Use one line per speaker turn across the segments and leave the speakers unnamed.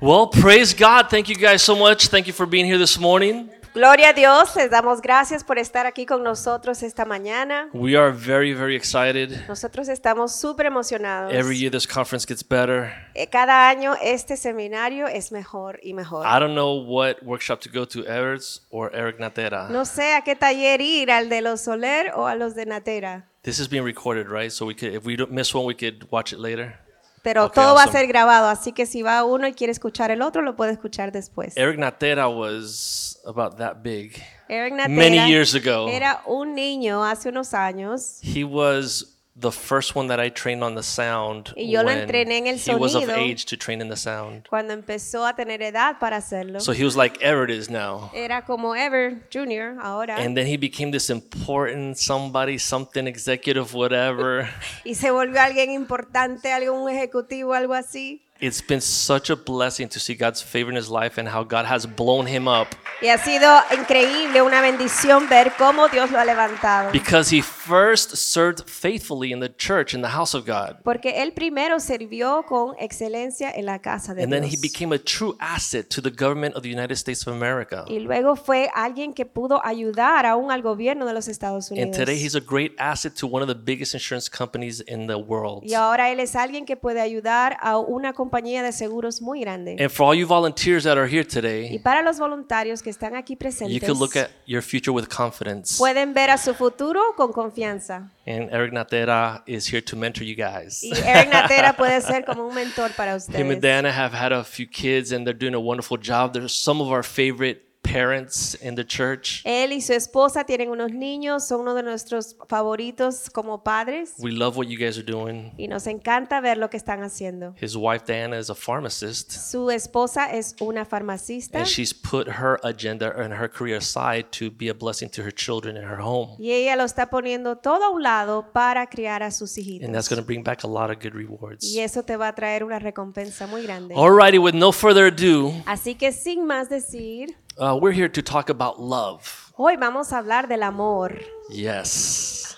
Well, praise God. Thank you guys so much. Thank you for being here this morning.
Gloria a Dios, les damos gracias por estar aquí con nosotros esta mañana.
We are very, very excited.
Nosotros estamos súper emocionados.
Every year, this conference gets better.
Eh, Cada año este seminario es mejor y mejor.
I don't know what workshop to go to, Everts or Eric Natera.
No sé a qué taller ir, al de los Soler o a los de Natera,
This is being recorded, right? So we could, if we don't miss one, we could watch it later.
pero
Ok,
todo va a
awesome.
ser grabado, así que si va uno y quiere escuchar el otro, lo puede escuchar después.
Eric Natera was about that big.
Eric Natera
Many years ago.
era un niño hace unos años
He was the first one that I trained on the sound.
Y yo lo
when
entrené en el
He was of
sonido.
age to train in the sound.
cuando empezó a tener edad para hacerlo.
So he was like Everett is now.
Era como Ever Jr. ahora.
And then he became this important somebody, something executive, whatever.
y se volvió alguien importante, algún ejecutivo, algo así.
it's been such a blessing to see God's favor in his life and how God has blown him up
Y ha sido increíble, una bendición ver cómo Dios lo ha levantado.
because he first served faithfully in the church, in the house of God.
Porque él primero sirvió con excelencia en la casa de
And then he
Dios.
became a true asset to the government of the United States of America.
Y luego fue alguien que pudo ayudar aún al gobierno de los Estados
And
Unidos.
today he's a great asset to one of the biggest insurance companies in the world.
Y ahora él es alguien que puede ayudar a una compañía de seguros muy grande.
And for all you volunteers that are here
Y
today,
para los voluntarios que están aquí
you
presentes,
can look at your future with confidence.
pueden ver a su futuro con confianza.
And Eric Natera is here to mentor you guys.
Y Eric Natera puede ser como un mentor para
Him and
ustedes.
Dana have had a few kids and they're doing a wonderful job. They're some of our favorite parents in the church.
Él y su esposa tienen unos niños, son uno de nuestros favoritos como padres
We love what you guys are doing.
y nos encanta ver lo que están haciendo.
His wife Diana is a pharmacist
Su esposa es una farmacista
and she's put her agenda and her career aside to be a blessing to her children and her home.
y ella lo está poniendo todo a un lado para criar a sus
And that's
hijitos.
going to bring back a lot of good rewards.
Y eso te va a traer una recompensa muy grande.
Alrighty, with no further ado,
Así que sin más decir,
uh, we're here to talk about love.
hoy vamos a hablar del amor.
Yes.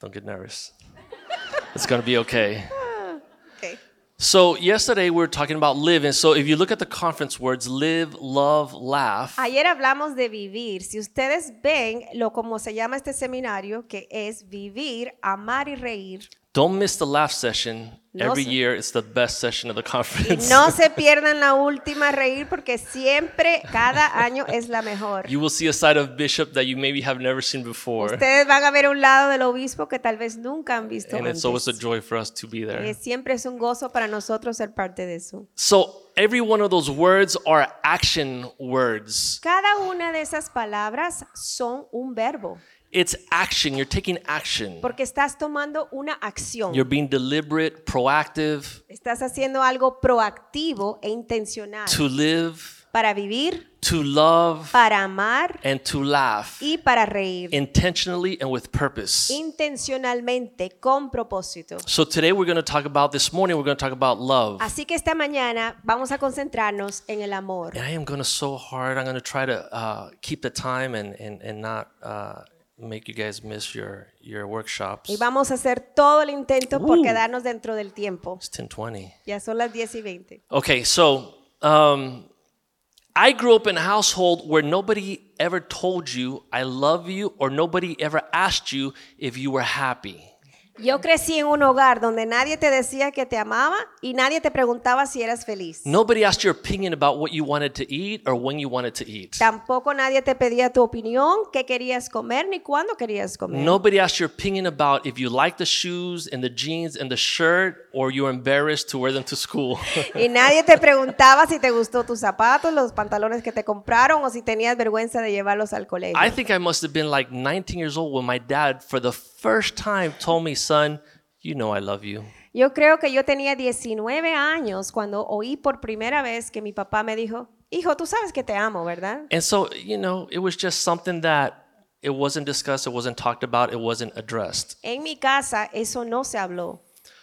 Don't get nervous. It's going to be okay. So yesterday we were talking about live, and so if you look at the conference words, live, love, laugh.
Ayer hablamos de vivir. Si ustedes ven lo como se llama este seminario, que es vivir, amar y reír.
Don't miss the laugh session.
No
Every
se-
year it's the best session of the
Y
conference.
no se pierdan la última reír porque siempre, cada año es la mejor.
You will see a side of Bishop that you maybe have never seen before,
Ustedes van a ver un lado del obispo que tal vez nunca han visto
and it's always a
antes.
joy for us to be
Eh,
there.
Siempre es un gozo para nosotros ser parte de eso.
So every one of those words are action words.
Cada una de esas palabras son un verbo
It's action. You're taking action.
porque estás tomando una acción.
You're being deliberate, proactive
Estás haciendo algo proactivo e intencional
to live,
para vivir,
to love,
para amar
and to laugh
y para reír.
intentionally and with purpose.
Intencionalmente, con propósito.
So today we're going to talk about this morning we're going to talk about love.
Así que esta mañana vamos a concentrarnos en el amor.
And I am going to so hard. I'm going to try to uh, keep the time and and and not uh, make you guys miss your your workshops.
Y vamos a hacer todo el intento por
Uh.
quedarnos dentro del tiempo.
It's 10:20.
Ya son las 10 y 20.
Okay, so um, I grew up in a household where nobody ever told you I love you, or nobody ever asked you if you were happy.
Yo crecí en un hogar donde nadie te decía que te amaba y nadie te preguntaba si eras feliz.
Nobody asked your opinion about what you wanted to eat or when you wanted to eat.
Tampoco nadie te pedía tu opinión, qué querías comer ni cuándo querías comer.
Nobody asked your opinion about if you like the shoes and the jeans and the shirt or you're embarrassed to wear them to school.
Y nadie te preguntaba si te gustó tus zapatos, los pantalones que te compraron o si tenías vergüenza de llevarlos al colegio.
I think I must have been like 19 years old when my dad, for the first time, told me, son, you know I love you.
Yo creo que yo tenía 19 años cuando oí por primera vez que mi papá me dijo, hijo, tú sabes que te amo, ¿verdad?
And so, you know, it was just something that it wasn't discussed, it wasn't talked about, it wasn't addressed.
En mi casa eso no se habló.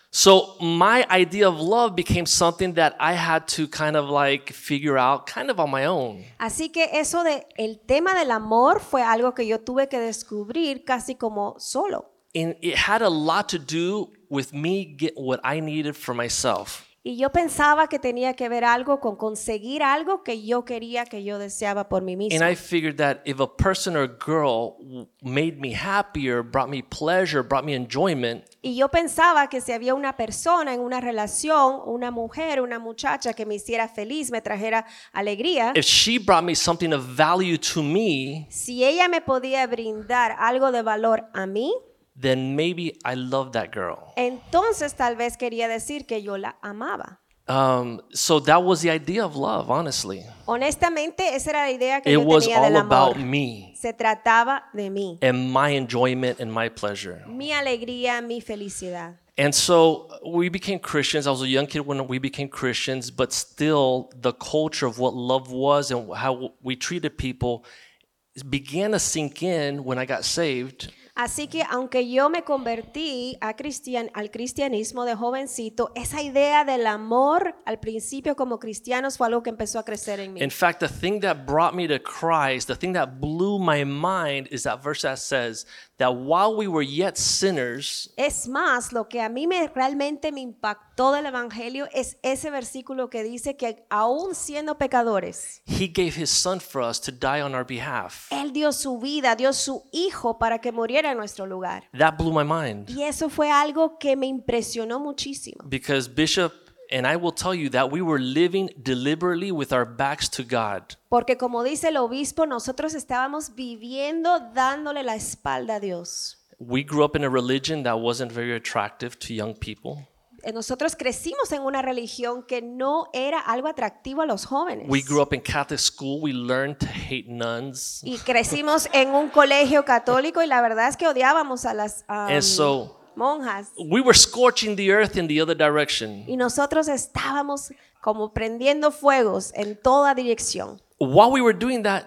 So my idea of love became something that I had to kind of like figure out kind of on my own.
Así que eso de el tema del amor fue algo que yo tuve que descubrir casi como solo.
and it had a lot to do with me getting what I needed for myself.
Y yo pensaba que tenía que ver algo con conseguir algo que yo quería, que yo deseaba por mí
And
mismo.
I figured that if a person or girl w- made me happier, brought me pleasure, brought me enjoyment,
Y yo pensaba que si había una persona en una relación, una mujer, una muchacha que me hiciera feliz, me trajera alegría,
if she brought me something of value to me,
si ella me podía brindar algo de valor a mí,
then maybe I love that girl.
entonces tal vez quería decir que yo la amaba.
Um, so that was the idea of love, honestly.
Honestamente, esa era la idea que
It
yo
was
tenía del
all
amor.
about me
Se trataba de mí,
and my enjoyment and my pleasure.
mi alegría, mi felicidad.
And so uh, we became Christians. I was a young kid when we became Christians, but still the culture of what love was and how we treated people began to sink in when I got saved.
Así que aunque yo me convertí a cristian, al cristianismo de jovencito, esa idea del amor al principio como cristianos fue algo que empezó a crecer en mí.
In fact, the thing that brought me to Christ, the thing that blew my mind is that verse that says that while we were yet sinners,
es más, lo que a mí me, realmente me impactó del Evangelio es ese versículo que dice que aún siendo pecadores,
he gave his son for us to die on our behalf.
Él dio su vida, dio su hijo para que muriera en nuestro lugar.
That blew my mind
Y eso fue algo que me impresionó muchísimo.
because Bishop and I will tell you that we were living deliberately with our backs to God.
Porque como dice el obispo, nosotros estábamos viviendo dándole la espalda a Dios.
We grew up in a religion that wasn't very attractive to young people.
Eh, Nosotros crecimos en una religión que no era algo atractivo a los jóvenes.
We grew up in Catholic school. We learned to hate nuns.
y crecimos en un colegio católico y la verdad es que odiábamos a las um,
And so-
monjas.
We were scorching the earth in the other direction.
Y nosotros estábamos como prendiendo fuegos en toda dirección.
While we were doing that,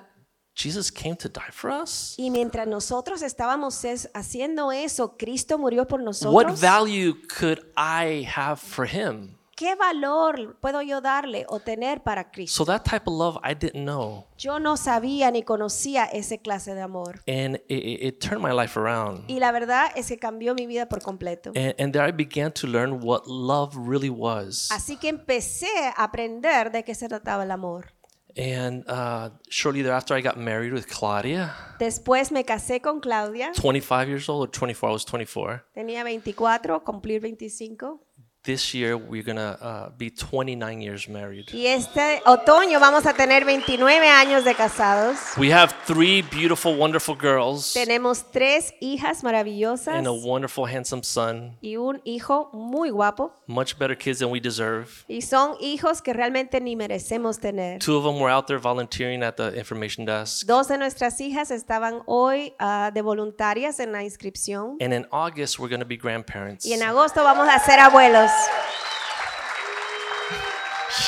Jesus came to die for us.
Y mientras nosotros estábamos es- haciendo eso, Cristo murió por
What
nosotros.
value could I have for him?
¿Qué valor puedo yo darle o tener para Cristo?
So that type of love I didn't know.
Yo no sabía ni conocía ese clase de amor.
And it, it, it turned my life around.
Y la verdad es que cambió mi vida por completo.
And, and there I began to learn what love really was.
Así que empecé a aprender de qué se trataba el amor.
And uh, shortly thereafter, I got married with Claudia.
Después me casé con Claudia,
25 years old or 24 i was 24
tenía 24, cumplir 25.
this year we're gonna uh, be 29 years married
Y este otoño vamos a tener 29 años de casados.
we have three beautiful wonderful girls
Tenemos tres hijas maravillosas
and a wonderful handsome son
y un hijo muy guapo.
much better kids than we deserve
Y son hijos que realmente ni merecemos tener.
two of them were out there volunteering at the information desk
Dos de nuestras hijas estaban hoy ah, de voluntarias en la inscripción.
and in august we're gonna be grandparents
Y en agosto vamos a ser abuelos.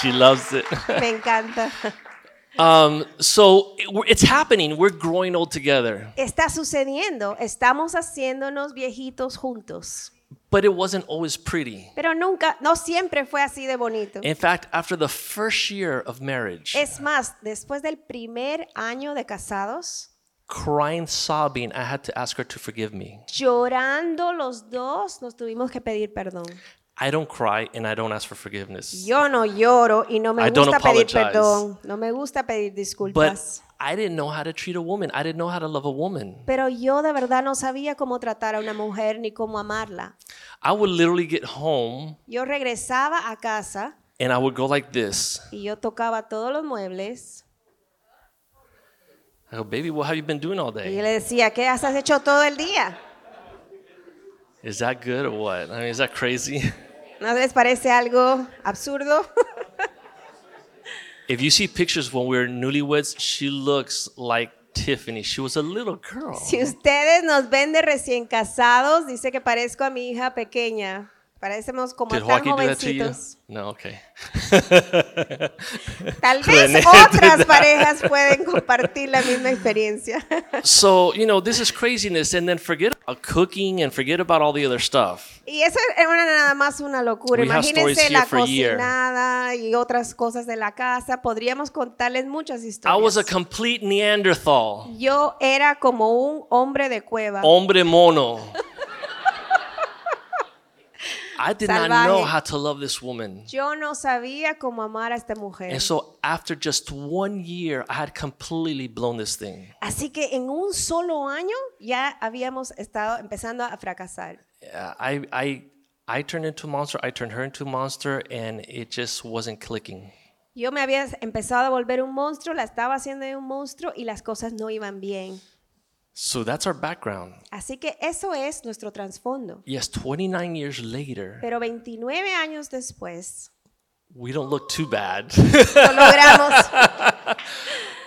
she loves it
Me encanta.
um, so it- we're- it's happening we're growing old together
Está sucediendo. Estamos haciéndonos viejitos juntos.
but it wasn't always pretty
Pero nunca, no siempre fue así de bonito.
in fact after the first year of marriage
Es más, después del primer año de casados,
crying, sobbing, I had to ask her to forgive me.
llorando los dos, nos tuvimos que pedir perdón.
I don't cry and I don't ask for forgiveness.
Yo no lloro y no me
I don't
gusta pedir
apologize.
perdón. No me gusta pedir
But
disculpas.
I didn't know how to treat a woman. I didn't know how to love a woman.
Pero yo de verdad no sabía cómo tratar a una mujer ni cómo amarla.
I would literally get home
Yo regresaba a casa
and I would go like this.
y yo tocaba todos los muebles
I go, baby, what have you been doing all
y yo
day?
le decía, ¿qué has hecho todo el día?
Is that good or what? I mean, is that crazy?
¿No les parece algo absurdo?
If you see pictures when we were newlyweds, she looks like Tiffany. She was a little girl.
Si ustedes nos ven de recién casados, dice que parezco a mi hija pequeña. Parecemos como
Did
tan
Joaquin do that to you?
jovencitos.
No, okay.
Tal
René
vez
did
otras
that.
parejas pueden compartir la misma experiencia.
So, you know, this is craziness. And then forget about cooking and forget about all the other stuff.
Y eso era una- nada más una locura.
We have
Imagínense
stories
la
here for a year.
cocinada y otras cosas de la casa. Podríamos contarles muchas
I was a
historias.
complete Neanderthal.
Yo era como
Oh.
un hombre de cueva.
Hombre mono. I did not know
salvaje.
how to love this woman.
Yo no sabía cómo amar a esta mujer.
And so after just one year, I had completely blown this thing.
Así que en un solo año ya habíamos estado empezando a fracasar.
Yeah, I, I, I turned into a monster. I turned her into a monster, and it just wasn't clicking.
Yo me había empezado a volver un monstruo, la estaba haciendo de un monstruo y las cosas no iban bien.
So that's our background.
Así que eso es nuestro trasfondo.
Yes, 29 years later,
Pero 29 años después
we don't look too bad,
lo logramos,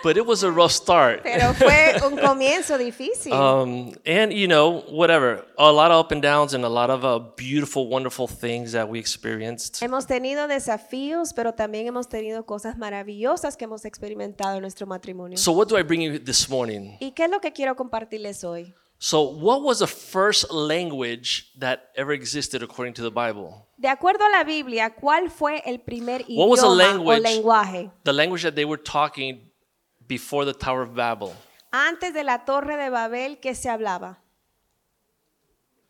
but it was a rough start.
pero fue un comienzo difícil.
Um, and you know, whatever, a lot of up and downs and a lot of uh, beautiful, wonderful things that we experienced.
Hemos tenido desafíos, pero también hemos tenido cosas maravillosas que hemos experimentado en nuestro matrimonio.
So, what do I bring you this morning?
¿Y qué es lo que quiero compartirles hoy?
So, what was the first language that ever existed according to the Bible?
De acuerdo a la Biblia, ¿cuál fue el primer
What was the
idioma o
language?
lenguaje?
The language that they were talking before the Tower of Babel.
Antes de la Torre de Babel, ¿qué se hablaba?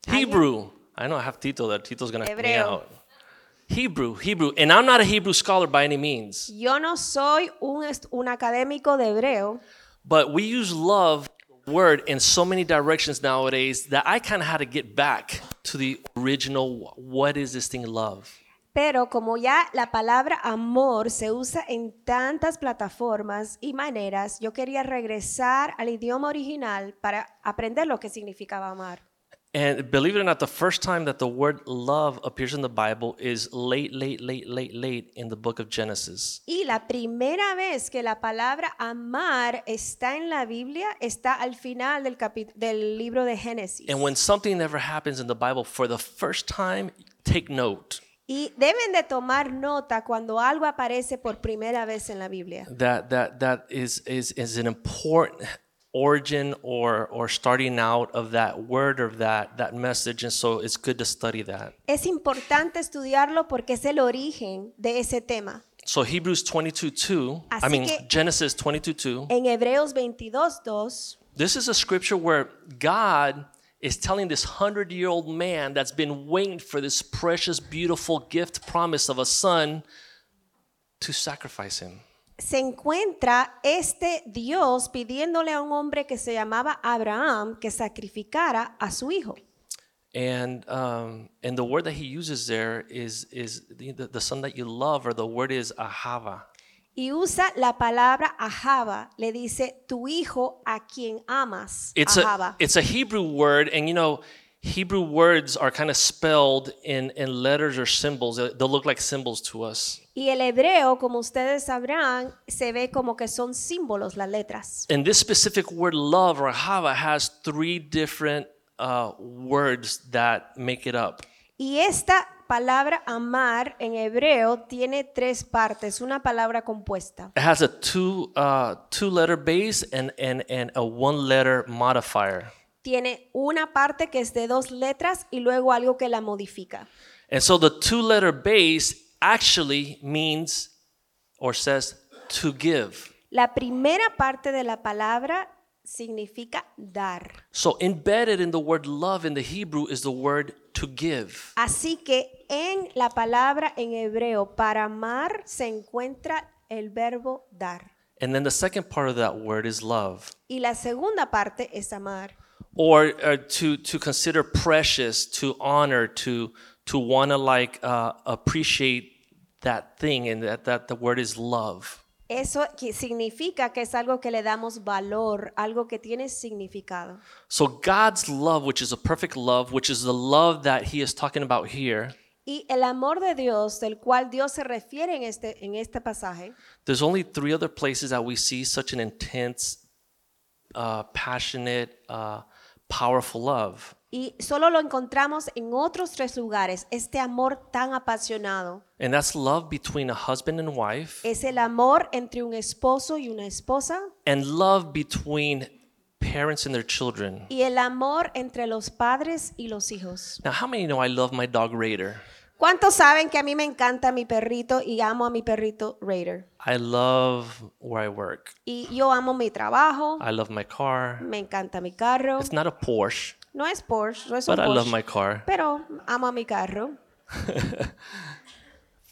Hebrew. I know I have Tito there. Tito's going to hang
Hebreo.
out. Hebrew, Hebrew. And I'm not a Hebrew scholar by any means,
Yo no soy un, est- un académico de hebreo,
but we use love word in so many directions nowadays that I kind of had to get back to the original what is this thing love?
pero como ya la palabra amor se usa en tantas plataformas y maneras, yo quería regresar al idioma original para aprender lo que significaba amar.
And believe it or not, the first time that the word love appears in the Bible is late, late, late, late, late in the book of Genesis.
Y la primera vez que la palabra amar está en la Biblia está al final del, capi- del libro de Génesis.
And when something never happens in the Bible for the first time, take note
Y deben de tomar nota cuando algo aparece por primera vez en la Biblia.
that that that is is is an important origin or or starting out of that word or that that message. And so it's good to study that.
Es importante estudiarlo porque es el origen de ese tema.
So Hebrews 22, 2, I
Así
mean
que-
Genesis 22, 2.
En Hebreos 22.2
This is a scripture where God is telling this hundred year old man that's been waiting for this precious, beautiful gift promise of a son to sacrifice him.
se encuentra este Dios pidiéndole a un hombre que se llamaba Abraham que sacrificara a su hijo.
And um, and the word that he uses there is is the, the, the son that you love, or the word is ahava.
Y usa la palabra ahaba, le dice tu hijo a quien amas.
It's
ahaba.
a it's a Hebrew word, and you know Hebrew words are kind of spelled in in letters or symbols. They- They'll look like symbols to us.
y el hebreo, como ustedes sabrán, se ve como que son símbolos las letras.
And this specific word love or hava has three different uh, words that make it up.
Y esta palabra amar en hebreo tiene tres partes, una palabra compuesta.
It has a two uh, two letter base and and and a one letter modifier.
Tiene una parte que es de dos letras y luego algo que la modifica.
And so the two letter base actually means or says to give.
La primera parte de la palabra significa dar.
So embedded in the word love in the Hebrew is the word to give.
Así que en la palabra en hebreo para amar se encuentra el verbo dar.
And then the second part of that word is love.
Y la segunda parte es amar.
or uh, to to consider precious, to honor, to to want to like uh, appreciate that thing, and that that the word is love.
Eso que significa que es algo que le damos valor, algo que tiene significado.
So God's love, which is a perfect love, which is the love that He is talking about here.
Y el amor de Dios, del cual Dios se refiere en este, en este pasaje,
There's only three other places that we see such an intense, uh, passionate, uh, powerful love.
y solo lo encontramos en otros tres lugares, este amor tan apasionado,
And that's love between a husband and wife,
es el amor entre un esposo y una esposa,
and love between parents and their children.
y el amor entre los padres y los hijos.
Now, how many know I love my dog Raider?
¿Cuántos saben que a mí me encanta mi perrito y amo a mi perrito Raider?
I love where I work.
Y yo amo mi trabajo,
I love my car.
me encanta mi carro,
It's not a Porsche,
no es Porsche, no es un
but I love
Porsche,
my car.
pero amo a mi carro.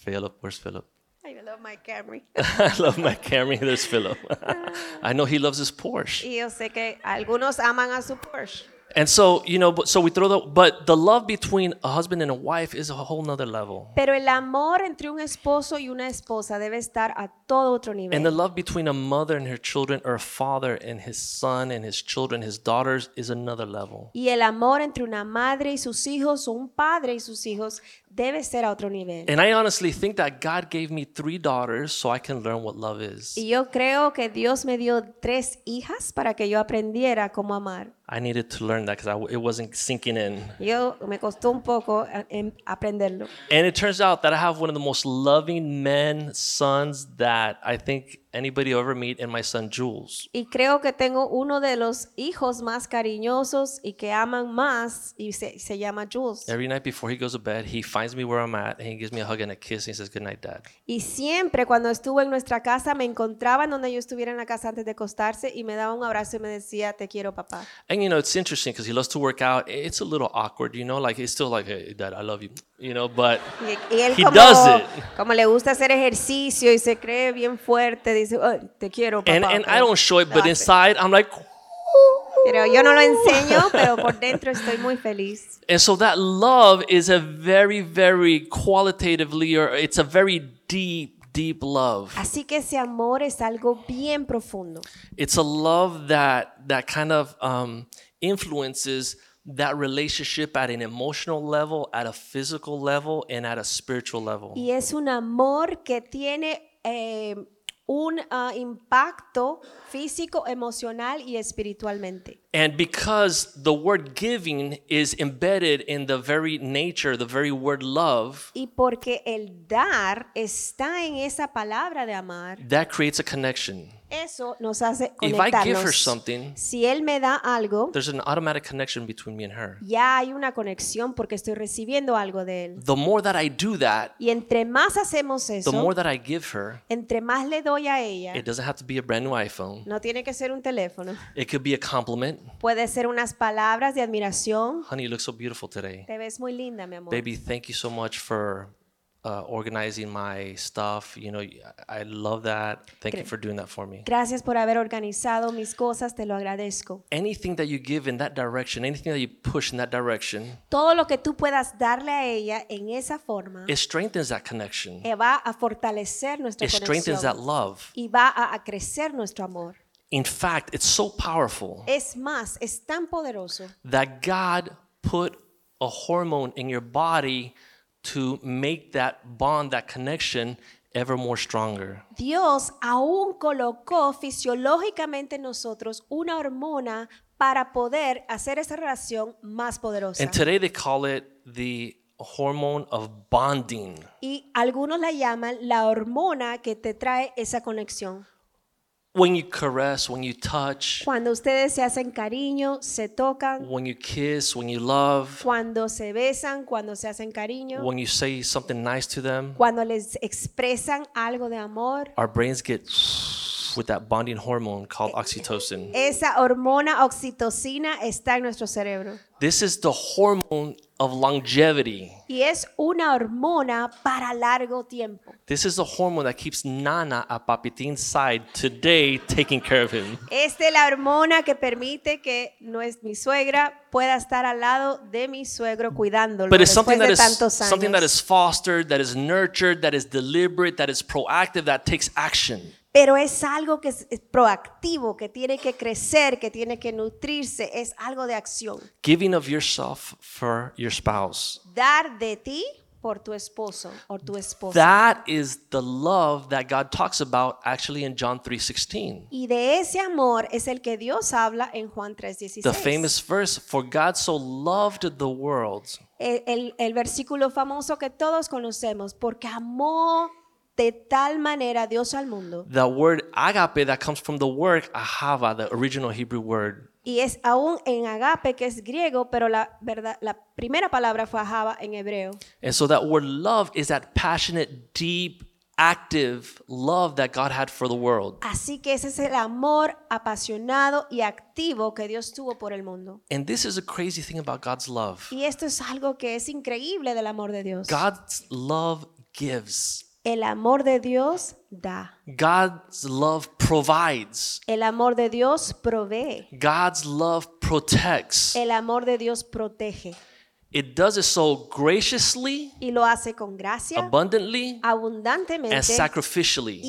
Philip, where's Philip?
I love my Camry.
I love my Camry. There's Philip. I know he loves his Porsche.
Y yo sé que algunos aman a su Porsche.
And so, you know, but, so we throw the, but the love between a husband and a wife is a whole nother level.
Pero el amor entre un esposo y una esposa debe estar a todo otro
And
nivel.
the love between a mother and her children, or a father and his son and his children, his daughters, is another level.
Y el amor entre una madre y sus hijos o un padre y sus hijos debe ser a otro nivel.
And I honestly think that God gave me three daughters so I can learn what love is.
Y yo creo que Dios me dio tres hijas para que yo aprendiera cómo amar.
I needed to learn that because it wasn't sinking in.
Yo me costó un poco eh, em- aprenderlo.
And it turns out that I have one of the most loving men sons that I think anybody will ever meet, and my son Jules.
Y creo que tengo uno de los hijos más cariñosos y que aman más y se, se llama Jules.
Every night before he goes to bed, he finds me where I'm at, and he gives me a hug and a kiss, and he says, "Good night, Dad."
Y siempre cuando estuve en nuestra casa me encontraba en donde yo estuviera en la casa antes de acostarse y me daba un abrazo y me decía, te quiero papá.
And you know, it's interesting because he loves to work out. It's a little awkward, you know, like he's still like, "Hey, Dad, I love you," you know, but.
Y, y él
He
como,
does it.
como le gusta hacer ejercicio y se cree bien fuerte, dice, "Ay, te quiero papá.
And, and I
pero
don't show it,
lo
but
hace.
inside I'm like,
Pero yo no lo enseño, pero por dentro estoy muy feliz.
And so that love is a very, very qualitatively, or it's a very deep, deep love.
Así que ese amor es algo bien profundo.
It's a love that that kind of um, influences that relationship at an emotional level, at a physical level, and at a spiritual level.
Y es un amor que tiene eh, un ah, impacto físico, emocional y espiritualmente.
And because the word giving is embedded in the very nature, the very word love,
Y porque el dar está en esa palabra de amar,
that creates a connection.
eso nos hace
If I give her
conectarnos.
something,
Si él me da algo,
there's an automatic connection between me and her.
ya hay una conexión porque estoy recibiendo algo de él.
the more that I do that,
Y entre más hacemos
the
eso,
more that I give her,
entre más le doy a ella,
it doesn't have to be a brand new iPhone.
no tiene que ser un teléfono,
It could be a compliment.
puede ser unas palabras de admiración.
Honey, you look so beautiful today.
Te ves muy linda, mi amor.
Baby, thank you so much for uh, organizing my stuff. You know, I I love that. Thank you for doing that for me.
Gracias por haber organizado mis cosas, te lo agradezco.
Anything that you give in that direction, anything that you push in that direction,
Todo lo que tú puedas darle a ella en esa forma
it strengthens that connection.
eh, va a fortalecer nuestra
It strengthens that
conexión
love.
y va a, a crecer nuestro amor.
In fact, it's so powerful
Es más, es tan poderoso
that God put a hormone in your body to make that bond, that connection, ever more stronger.
Dios aún colocó fisiológicamente en nosotros una hormona para poder hacer esa relación más poderosa.
And today they call it the hormone of bonding.
Y algunos la llaman la hormona que te trae esa conexión.
When you caress, when you touch,
Cuando ustedes se hacen cariño, se tocan,
when you kiss, when you love,
cuando se besan, cuando se hacen cariño,
when you say something nice to them,
cuando les expresan algo de amor,
our brains get with that bonding hormone called oxytocin.
esa hormona oxitocina está en nuestro cerebro.
This is the hormone of longevity.
Y es una hormona para largo tiempo.
This is the hormone that keeps Nana at Papitin's side today taking care of him.
Esta es Este, la hormona que permite que no es mi suegra pueda estar al lado de mi suegro cuidándolo
But it's
después
something that
de
is
tantos años.
something that is fostered, that is nurtured, that is deliberate, that is proactive, that takes action.
Pero es algo que es, es proactivo, que tiene que crecer, que tiene que nutrirse, es algo de acción.
Giving of yourself for your spouse.
Dar de ti por tu esposo o tu esposa.
That is the love that God talks about actually in John 3:16.
y de ese amor es el que Dios habla en Juan
The
3:16.
famous verse, for God so loved the world
el, el- el versículo famoso que todos conocemos, porque amó de tal manera Dios al mundo.
The word agape that comes from the word ahava, the original Hebrew word.
Y es aún en agape, que es griego, pero la, verdad, la primera palabra fue ajaba en hebreo.
And so that word love is that passionate, deep active love that God had for the world.
Así que ese es el amor apasionado y activo que Dios tuvo por el mundo.
And this is a crazy thing about God's love.
Y esto es algo que es increíble del amor de Dios.
God's love gives.
El amor de Dios da.
God's love provides.
El amor de Dios provee.
God's love protects.
El amor de Dios protege.
It does it so graciously,
Y lo hace con gracia,
abundantly,
abundantemente
and
y
sacrificially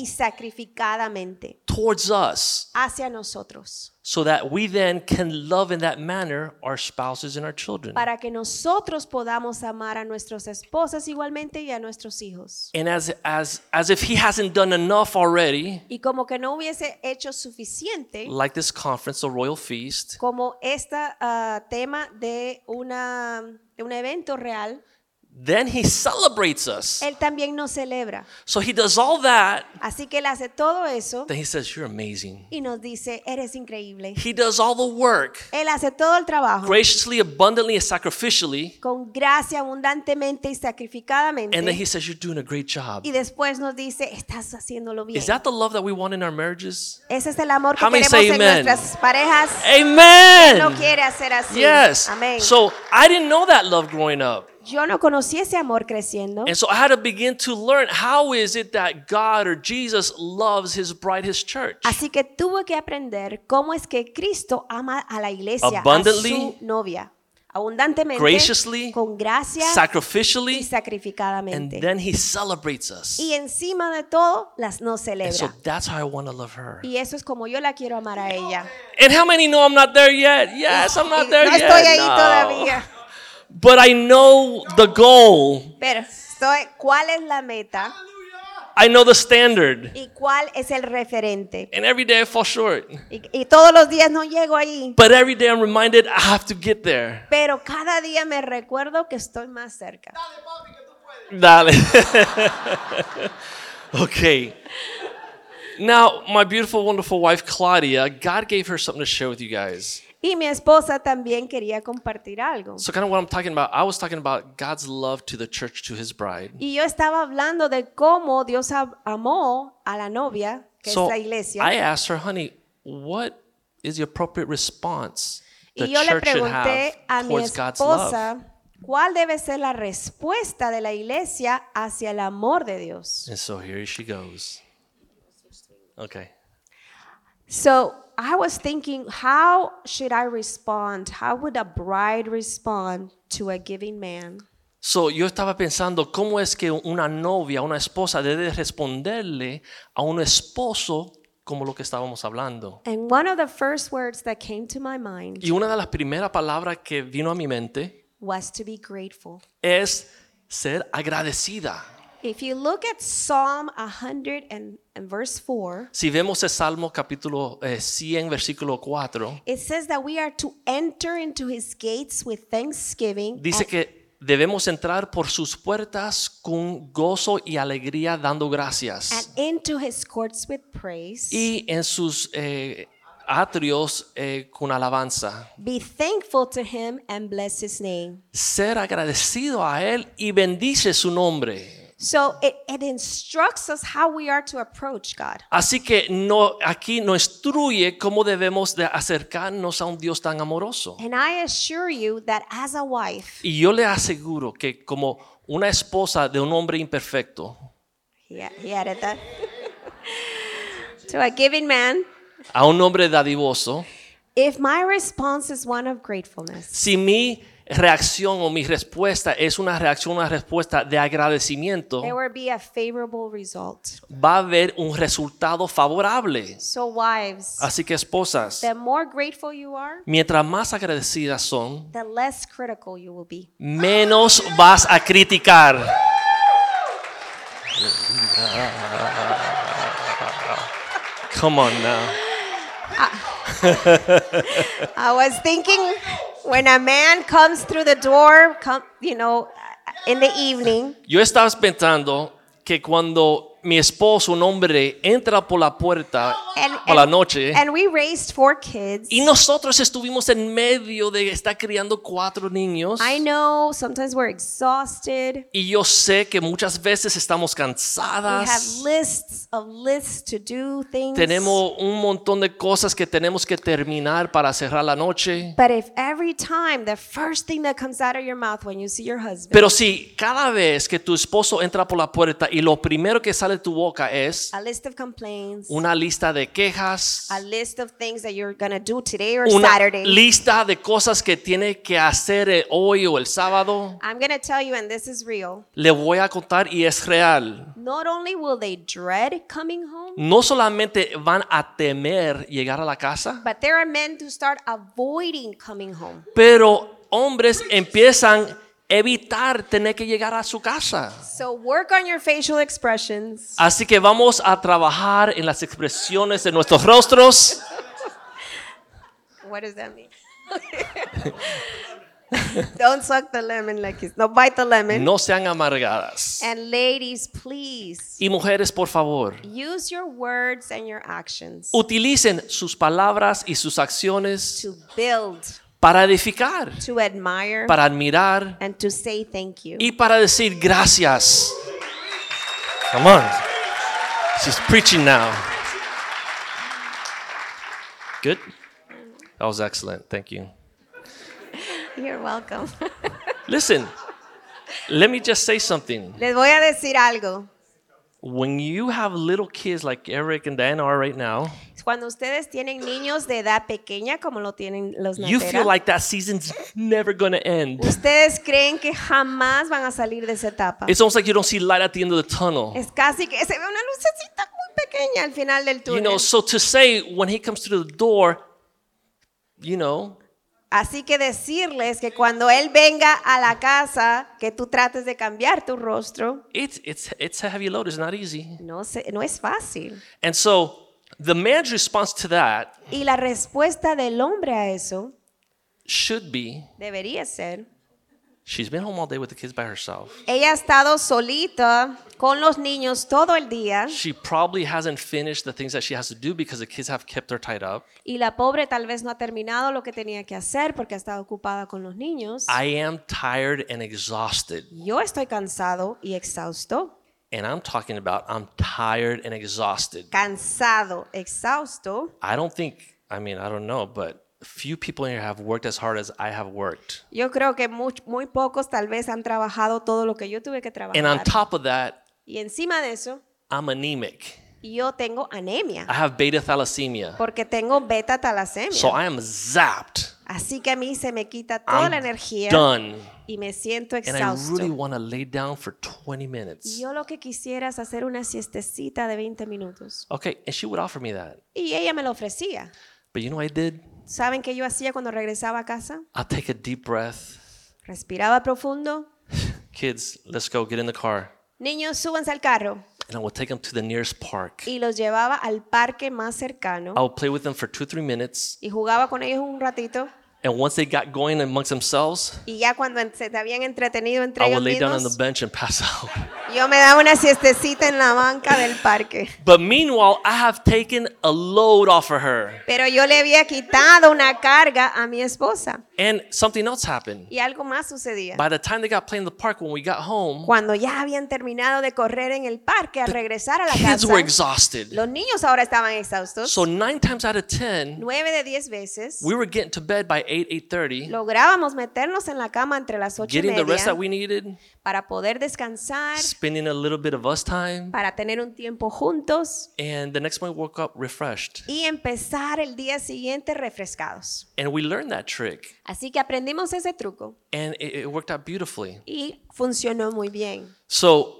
sacrificadamente
towards us
hacia nosotros.
so that we then can love in that manner our spouses and our children.
para que nosotros podamos amar a nuestros esposas igualmente y a nuestros hijos.
And as as as if he hasn't done enough already,
Y como que no hubiese hecho suficiente
like this conference, the royal feast,
como este tema de, una, de un evento real,
then he celebrates us.
él también nos celebra.
So he does all that.
Así que él hace todo eso
Then he says, "You're amazing."
y nos dice, eres increíble.
He does all the work,
Él hace todo el trabajo
graciously, abundantly, and sacrificially,
con gracia abundantemente y sacrificadamente.
and then he says, "You're doing a great job."
Y después nos dice, estás haciéndolo bien.
Is that the love that we want in our marriages?
Ese es el amor que
How many
queremos
say
en
amen?
nuestras parejas. no
Amen.
quiere hacer así.
Yes.
Amén.
So I didn't know that love growing up.
Yo no conocí ese amor creciendo.
And so I had to begin to learn how is it that God or Jesus loves his bride, his church?
Así que tuve que aprender cómo es que Cristo ama a la iglesia,
Abundantly,
a su novia, abundantemente,
graciously,
con gracia y
Sacrificially, and
sacrificadamente.
then he celebrates us.
y encima de todo, las no
And so
celebra.
that's how I want to love her.
y eso es como yo la quiero amar a ella.
And how many know I'm not there yet? Yes, eh, I'm
Y
not there
no
yet.
estoy ahí
No.
todavía.
But I know the goal.
Pero estoy, ¿cuál es la meta
I know the standard.
y cuál es el referente?
And every day I fall short.
Y, y todos los días no llego ahí.
But every day I'm reminded I have to get there.
Pero cada día me recuerdo que estoy más cerca.
Dale. okay. Now, my beautiful, wonderful wife, Claudia, God gave her something to share with you guys.
Y mi esposa también quería compartir algo.
So, kind of what I'm talking about, I was talking about God's love to the church, to his bride.
Y yo estaba hablando de cómo Dios am- amó a la novia, que
so,
es la iglesia.
I asked her, honey, what is the appropriate response the
y yo le
church should have
pregunté a mi
towards God's love?
esposa cuál debe ser la respuesta de la iglesia hacia el amor de Dios.
And so here she goes. Okay.
So I was thinking, how should I respond? How would a bride respond to a giving man?
So, yo estaba pensando cómo es que una novia, una esposa debe responderle a un esposo como lo que estábamos hablando.
And one of the first words that came to my mind
Y una de las primeras palabras que vino a mi mente
was to be grateful.
es ser agradecida.
If you look at Psalm 100 and, and verse 4,
Si vemos el Salmo capítulo eh, 100, versículo 4,
it says that we are to enter into his gates with thanksgiving
dice
and,
que debemos entrar por sus puertas con gozo y alegría dando
and
gracias.
into his courts with praise.
Y en sus eh, atrios eh, con alabanza.
Be thankful to him and bless his name.
ser agradecido a Él y bendice su nombre.
So it, it instructs us how we are to approach God.
Así que no, aquí nos instruye cómo debemos de acercarnos a un Dios tan amoroso.
And I assure you that as a wife,
Y yo le aseguro que como una esposa de un hombre imperfecto,
he, he added that, to a giving man,
a un hombre dadivoso,
if my response is one of gratefulness,
si mi reacción o mi respuesta es una reacción, una respuesta de agradecimiento,
there will be a favorable result.
va a haber un resultado favorable.
So, wives,
Así que esposas,
the more grateful you are,
mientras más agradecidas son,
the less critical you will be.
menos vas a criticar. Come on now.
I was thinking when a man comes through the door, come, you know, in the evening,
Yo estaba pensando que cuando mi esposo, un hombre, entra por la puerta
And,
a la
and,
noche
and we raised four kids.
y nosotros estuvimos en medio de estar criando cuatro niños.
I know sometimes we're exhausted.
Y yo sé que muchas veces estamos
We have
cansadas.
lists of lists to do things.
Tenemos un montón de cosas que tenemos que terminar para cerrar la noche.
But if every time the first thing that comes out of your mouth when you see your husband,
Pero si cada vez que tu esposo entra por la puerta y lo primero que sale de tu boca es
a list of complaints,
una lista de quejas,
a list of things that you're gonna do today or
una
Saturday,
lista de cosas que tiene que hacer eh, hoy o el sábado,
I'm gonna tell you, and this is real.
le voy a contar y es real.
Not only will they dread coming home,
No solamente van a temer llegar a la casa,
but there are men who start avoiding coming home.
pero hombres empiezan a evitar tener que llegar a su casa.
So work on your facial expressions.
Así que vamos a trabajar en las expresiones de nuestros rostros.
What does that mean? Don't suck the lemon like it's no bite the lemon.
No sean amargadas.
And ladies, please
Y mujeres, por favor,
use your words and your actions
utilicen sus palabras y sus acciones
to build,
para edificar,
to admire,
para admirar
and to say thank you.
y para decir gracias. Come on. She's preaching now. Good? That was excellent. Thank you.
You're welcome.
Listen, let me just say something.
Les voy a decir algo.
When you have little kids like Eric and Diana are right now,
Cuando ustedes tienen niños de edad pequeña, como lo tienen los
you
naceras,
feel like that season's never gonna end.
ustedes creen que jamás van a salir de esa etapa.
It's almost like you don't see light at the end of the tunnel.
Es casi que se ve una lucecita muy pequeña al final del
You
túnel.
know, so to say when he comes through the door, you know,
Así que decirles que cuando él venga a la casa, que tú trates de cambiar tu rostro,
it's it's it's a heavy load. It's not easy.
no, se- no es fácil.
And so the man's response to that
Y la respuesta del hombre a eso
should be,
debería ser,
she's been home all day with the kids by herself.
ella ha estado solita con los niños todo el día
She probably hasn't finished the things that she has to do because the kids have kept her tied up.
y la pobre tal vez no ha terminado lo que tenía que hacer porque ha estado ocupada con los niños.
I am tired and exhausted.
Yo estoy cansado y exhausto,
And I'm talking about I'm tired and exhausted.
cansado, exhausto.
I don't think, I mean, I don't know, but few people in here have worked as hard as I have worked.
Yo creo que muy, muy pocos tal vez han trabajado todo lo que yo tuve que trabajar.
And on top of that,
Y encima de eso,
I'm anemic.
yo tengo anemia,
I have beta thalassemia.
porque tengo beta talasemia.
Ah. So I am zapped.
Así que a mí se me quita toda la
I'm
energía
done.
y me siento
And I
exhausto.
really want to lay down for 20
Y
minutes.
yo lo que quisiera es hacer una siestecita de 20 minutos.
Okay, and she would offer me that.
Y ella me lo ofrecía.
But you know what I did?
¿Saben qué yo hacía cuando regresaba a casa?
I'll take a deep breath.
Respiraba profundo.
Kids, let's go get in the car.
Niños, súbanse al carro.
And I would take them to the nearest park.
Y los llevaba al parque más cercano.
I would play with them for two, three minutes.
Y jugaba con ellos un ratito.
And once they got going amongst themselves,
Y ya cuando en- se te habían entretenido entre
I would
ellos
lay down on the
mismos,
bench and pass out.
yo me daba una siestecita en la banca del parque.
But meanwhile, I have taken a load off of her.
Pero yo le había quitado una carga a mi esposa.
And something else happened.
Y algo más sucedía.
By the time they got playing in the park, when we got home,
Cuando ya habían terminado de correr en el parque al regresar a la
kids were
casa,
exhausted.
los niños ahora estaban exhaustos.
So nine times out of ten,
Nueve de diez veces
we were getting to bed by eight, eight thirty,
lográbamos meternos en la cama entre las ocho y
getting the rest that
media
we needed,
para poder descansar,
spending a little bit of us time,
para tener un tiempo juntos
and the next morning woke up refreshed.
y empezar el día siguiente refrescados.
And we learned that trick,
Así que aprendimos ese truco
and it, it worked out beautifully.
y funcionó muy bien.
So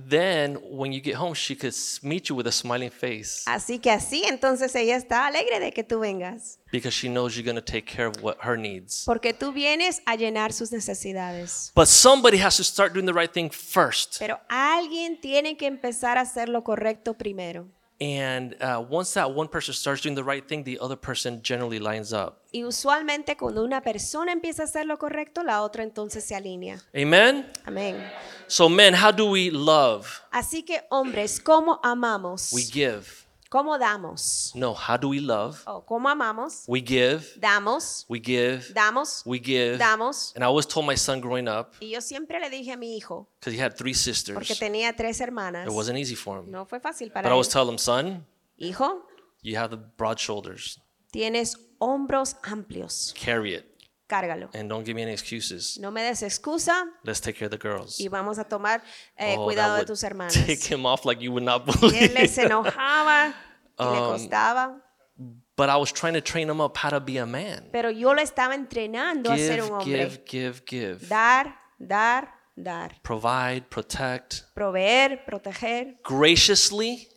then, when you get home, she could s- meet you with a smiling face
Así que así, entonces ella está alegre de que tú vengas.
because she knows you're gonna take care of what her needs.
Porque tú vienes a llenar sus necesidades.
But somebody has to start doing the right thing first.
Pero alguien tiene que empezar a hacer lo correcto primero.
And uh, once that one person starts doing the right thing, the other person generally lines up.
Y usualmente cuando una persona empieza a hacer lo correcto, la otra entonces se alinea.
Amen?
Amén.
So, men, how do we love?
Así que hombres, ¿cómo amamos?
We give.
¿Cómo damos?
No, how do we love?
Oh, ¿Cómo amamos?
We give.
Damos,
We give.
damos,
We give.
damos.
And I always told my son growing up,
Y yo siempre le dije a mi hijo,
because he had three
porque
sisters, it
tenía tres hermanas,
wasn't easy for him.
no fue fácil
But I
para él.
always tell him, son,
Hijo,
you have the broad shoulders.
tienes hombros amplios,
Carry it.
cárgalo.
And don't give me any excuses.
No me des excusa
Let's take care of the girls.
y vamos a tomar eh,
Oh, that
cuidado de
would
tus hermanas.
Take him off like you would not
Él
believe.
les enojaba, y le
Um,
costaba,
But I was trying to train him up how to be a man.
pero yo lo estaba entrenando a ser
Give,
un hombre.
give, give, give.
Dar, dar, dar.
Provide, protect,
Proveer, proteger,
graciously.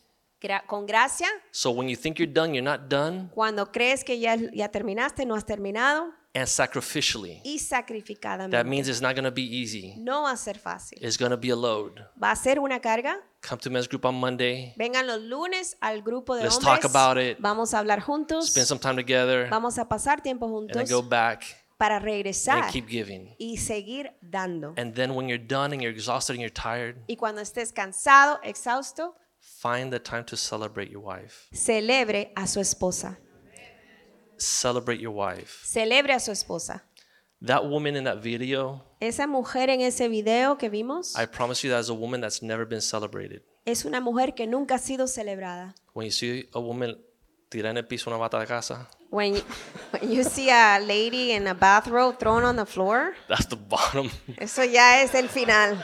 gra- con gracia.
So when you think you're done, you're not done.
Cuando crees que ya, ya terminaste, no has terminado.
And sacrificially.
Y
That
sacrificadamente.
means it's not going to be easy.
No va a ser fácil.
It's going to be a load.
Va a ser una carga.
Come to men's group on Monday.
Vengan los lunes al grupo de
Let's
hombres.
talk about it.
Vamos a hablar juntos.
Spend some time together.
Vamos a pasar tiempo
And then go
juntos
back
para
and
regresar
keep giving.
y seguir dando.
And then when you're done and you're exhausted and you're tired,
Y cuando estés cansado, exhausto,
find the time to celebrate your wife.
celebre a su esposa.
Celebrate your wife.
Celebre a su esposa.
That woman in that video,
Esa mujer en ese video que vimos
I promise you, that is a woman that's never been celebrated.
es una mujer que nunca ha sido celebrada.
When you see a woman tirar en el piso una bata de casa,
When you, when you see a lady in a bathrobe thrown on the floor,
that's the bottom.
eso ya es el final.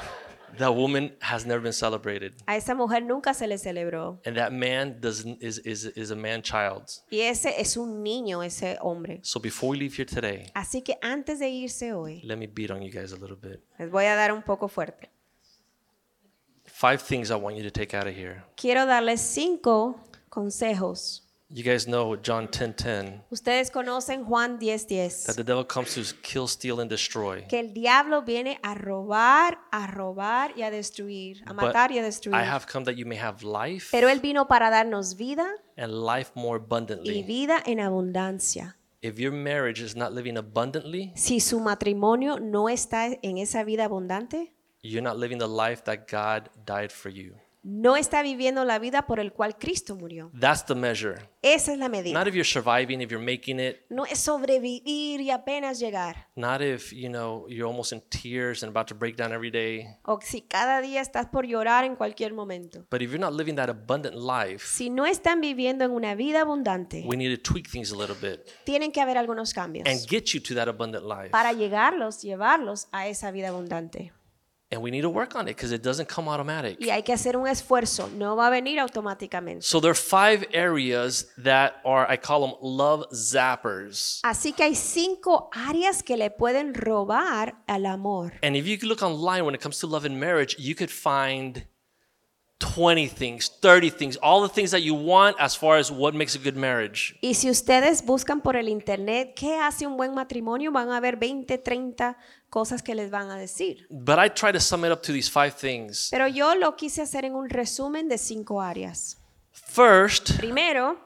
that woman has never been celebrated.
A esa mujer nunca se le celebró.
And that man doesn't is, is, is a man child.
Y ese es un niño, ese hombre.
So before we leave here today,
Así que antes de irse hoy,
let me beat on you guys a little bit.
les voy a dar un poco fuerte.
Five things I want you to take out of here.
Quiero darles cinco consejos.
You guys know John 10:10
Ustedes conocen Juan 10:10,
that the devil comes to kill, steal, and destroy.
que el diablo viene a robar, a robar y a destruir, a
But
matar y a destruir.
I have come that you may have life
Pero Él vino para darnos vida
and life more
y
abundantly.
vida en abundancia.
If your marriage is not living abundantly,
Si su matrimonio no está en esa vida abundante,
you're not living the life that God died for you.
no está viviendo la vida por el cual Cristo murió.
That's the measure.
Esa es la medida.
Not if you're surviving, if you're making it,
No es sobrevivir y apenas llegar.
not if, you know, you're almost in tears and about to break down every day.
O si cada día estás por llorar en cualquier momento.
But if you're not living that abundant life,
Si no están viviendo en una vida abundante,
we need to tweak things a little bit
tienen que haber algunos cambios
and get you to that abundant life.
para llegarlos, llevarlos a esa vida abundante.
And we need to work on it because it doesn't come automatic.
Y hay que hacer un esfuerzo, no va a venir automáticamente.
So there are five areas that are, I call them love zappers.
Así que hay cinco áreas que le pueden robar al amor.
And if you look online when it comes to love and marriage, you could find 20 things, 30 things, all the things that you want as far as what makes a good marriage.
Y si ustedes buscan por el internet qué hace un buen matrimonio, van a ver 20, 30 cosas que les van a decir.
But I try to sum it up to these five things.
Pero yo lo quise hacer en un resumen de cinco áreas.
First,
Primero,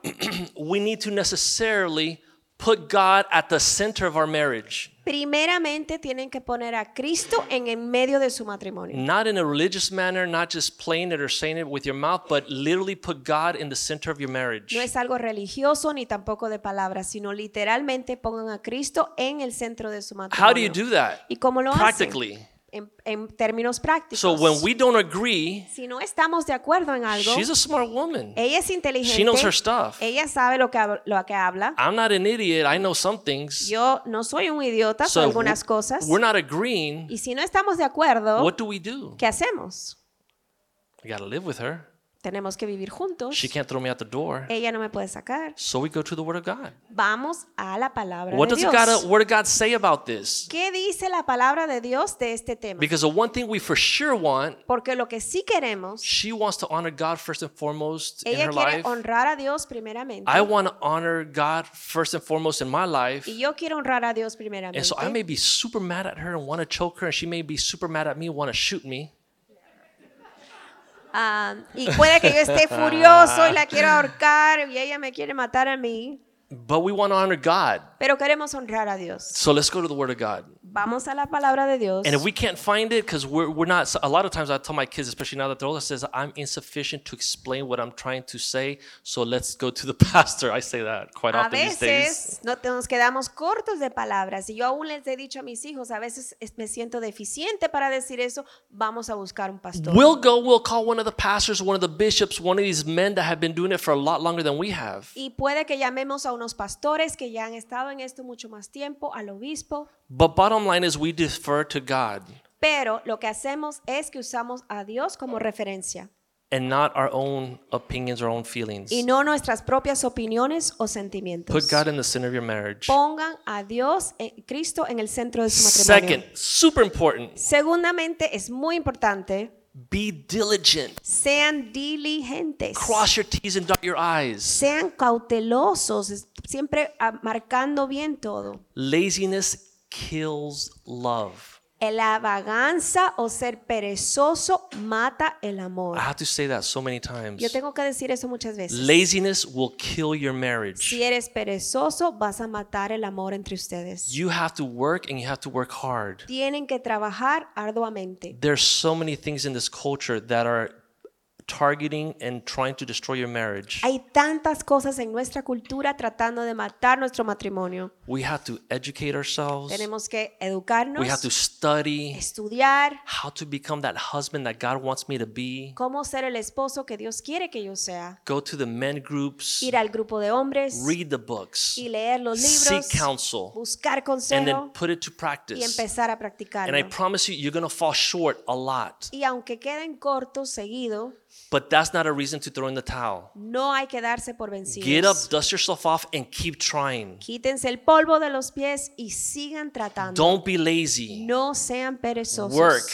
we need to necessarily put God at the center of our marriage,
primeramente tienen que poner a Cristo en el medio de su matrimonio.
not in a religious manner, not just playing it or saying it with your mouth, but literally put God in the center of your marriage.
No es algo religioso ni tampoco de palabras, sino literalmente pongan a Cristo en el centro de su matrimonio.
How do you do that?
¿Y cómo lo
Practically.
hacen? En, en términos prácticos.
So when we don't agree,
si no estamos de acuerdo en algo,
she's a smart woman.
ella es inteligente,
She knows her stuff.
ella sabe lo que, hab- lo que habla.
I'm not an idiot. I know some things.
Yo no soy un idiota,
So
soy algunas
w-
cosas.
We're not agreeing.
Y si no estamos de acuerdo,
What do we do?
¿qué hacemos?
I gotta live with her.
Tenemos que vivir juntos.
She can't throw me out the door.
Ella no me puede sacar.
So we go to the Word of God.
Vamos a la palabra
What
de
does
Dios.
God, uh, Word of God say about this?
¿Qué dice la palabra de Dios de este tema?
Because the one thing we for sure want,
Porque lo que sí queremos,
she wants to honor God first and foremost in
ella
her
quiere
life.
honrar a Dios primeramente.
I want to honor God first and foremost in my life.
Y yo quiero honrar a Dios primeramente.
And so I may be super mad at her and want to choke her, and she may be super mad at me and want to shoot me.
Um, y puede que yo esté furioso y la quiero ahorcar y ella me quiere matar a mí.
But we want to honor God.
Pero queremos honrar a Dios.
So let's go to the Word of God.
Vamos a la palabra de Dios.
And if we can't find it, because we're, we're not, a lot of times I tell my kids, especially now that they're older, says, I'm insufficient to explain what I'm trying to say, so let's go to the pastor. I say that quite
A
often these days.
veces no te- nos quedamos cortos de palabras y yo aún les he dicho a mis hijos, a veces es- me siento deficiente para decir eso, vamos a buscar un pastor.
We'll go, we'll call one of the pastors, one of the bishops, one of these men that have been doing it for a lot longer than we have.
y puede que llamemos a unos pastores que ya han estado en esto mucho más tiempo, al obispo,
But bottom line is we defer to God
pero lo que hacemos es que usamos a Dios como referencia
and not our own opinions, our own feelings.
y no nuestras propias opiniones o
Put
sentimientos.
God in the center of your marriage.
Pongan a Dios, eh, Cristo, en el centro de su matrimonio.
Second, super important,
Segundamente, es muy importante,
be diligent.
sean diligentes.
Cross your T's and dot your I's.
Sean cautelosos, es- siempre ah, marcando bien todo.
Laziness kills love.
La vagancia o ser perezoso mata el amor.
I have to say that so many times.
Yo tengo que decir eso muchas veces.
Laziness will kill your marriage.
Si eres perezoso, vas a matar el amor entre ustedes.
You have to work and you have to work hard.
Tienen que trabajar arduamente.
There's so many things in this culture that are targeting and trying to destroy your marriage.
Hay tantas cosas en nuestra cultura tratando de matar nuestro matrimonio.
We have to educate ourselves.
Tenemos que
We have
educarnos,
to study
estudiar
how to become that husband that God wants me to be.
cómo ser el esposo que Dios quiere que yo sea.
Go to the men groups,
Ir al grupo de hombres
read the books,
y leer los
seek
libros,
counsel,
buscar
and then
consejo
put it to
y
practice.
empezar a
And I
practicarlo.
promise you, you're going to fall short a lot.
Y aunque queden cortos seguido,
But that's not a reason to throw in the towel.
no hay que darse por
Get up,
vencidos.
dust yourself off, and keep trying.
Quítense el polvo de los pies y sigan tratando.
Don't be lazy.
No sean perezosos.
Work.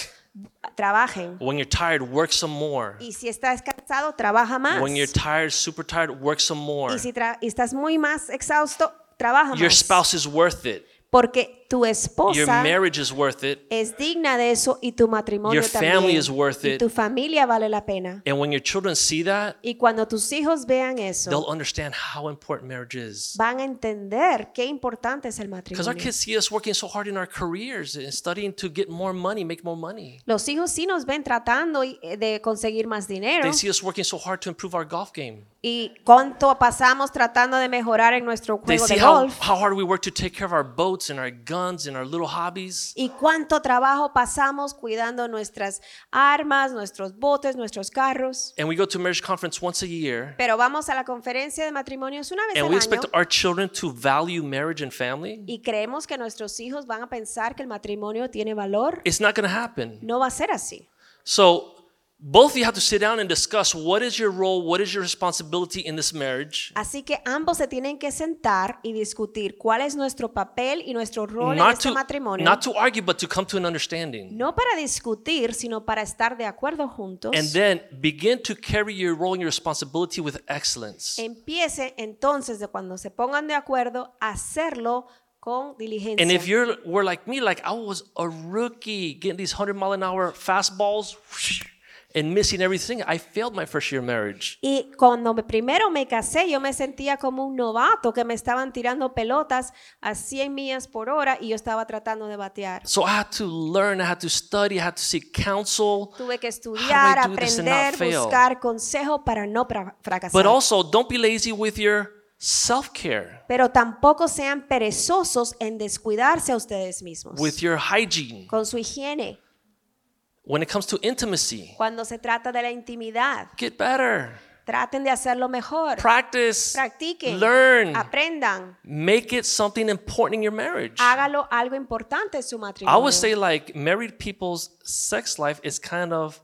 Trabajen.
When you're tired, work some more.
Y si estás cansado, trabaja más.
When you're tired, super tired, work some more.
Y si tra- y estás muy más exhausto, trabaja
Your
más.
spouse is worth it.
Porque tu
Your
esposa
marriage is worth it.
es digna de eso y tu matrimonio
Your
también.
family is worth
Y
it.
tu familia vale la pena.
And when your children see that,
Y cuando tus hijos vean
they'll
eso,
understand how important marriage is.
van a entender qué importante es el
Because our
matrimonio.
kids see us working so hard in our careers and studying to get more money, make more money.
Los hijos sí nos ven tratando y- eh, de conseguir más dinero
They see us working so hard to improve our golf game.
y cuánto pasamos tratando de mejorar en nuestro
They
juego
see
de
how,
golf
how hard we work to take care of our boats and our guns and our little hobbies.
y cuánto trabajo pasamos cuidando nuestras armas, nuestros botes, nuestros carros.
And we go to marriage conference once a year.
Pero vamos a la conferencia de matrimonios una vez
And
al
we
año
expect our children to value marriage and family.
y creemos que nuestros hijos van a pensar que el matrimonio tiene valor.
It's not going to happen.
No va a ser así.
So, both of you have to sit down and discuss what is your role, what is your responsibility in this marriage.
Así que ambos se tienen que sentar y discutir cuál es nuestro papel y nuestro rol en
Not
este
to,
matrimonio.
not to argue, but to come to an understanding.
no para discutir, sino para estar de acuerdo juntos.
And then begin to carry your role and your responsibility with excellence.
Empiece entonces de cuando se pongan de acuerdo a hacerlo con diligencia.
And if you're were like me, like I was a rookie getting these hundred mile an hour fastballs and missing everything, I failed my first year of marriage.
y cuando me- primero me casé, yo me sentía como un novato que me estaban tirando pelotas a 100 millas por hora y yo estaba tratando de batear.
So I had to learn, I had to study, I had to seek counsel.
Tuve que estudiar,
do this and not
aprender,
fail?
buscar consejo para no pra- fracasar.
But also, don't be lazy with your self care,
Pero tampoco sean perezosos en descuidarse a ustedes mismos
with your hygiene.
con su higiene
When it comes to intimacy,
cuando se trata de la intimidad.
get better,
Traten de hacerlo mejor.
practice,
Practiquen,
learn,
aprendan,
make it something important in your marriage.
hágalo algo importante en su
I
matrimonio.
would say like married people's sex life is kind of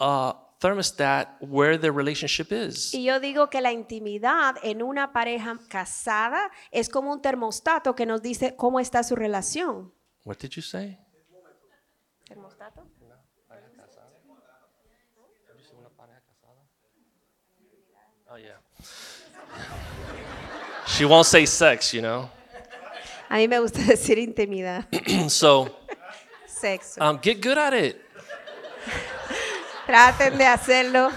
a thermostat where their relationship is.
y yo digo que la intimidad en una pareja casada es como un termostato que nos dice cómo está su relación.
What did you say?
¿Termostato?
Oh yeah. she won't say sex, you know.
A mí me gusta decir intimidad,
so
sexo.
um, get good at it.
Traten de hacerlo